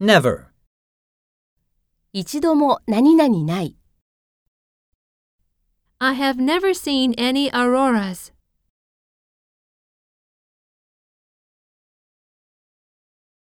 Never. 一度も何々ない。 I have never seen any auroras.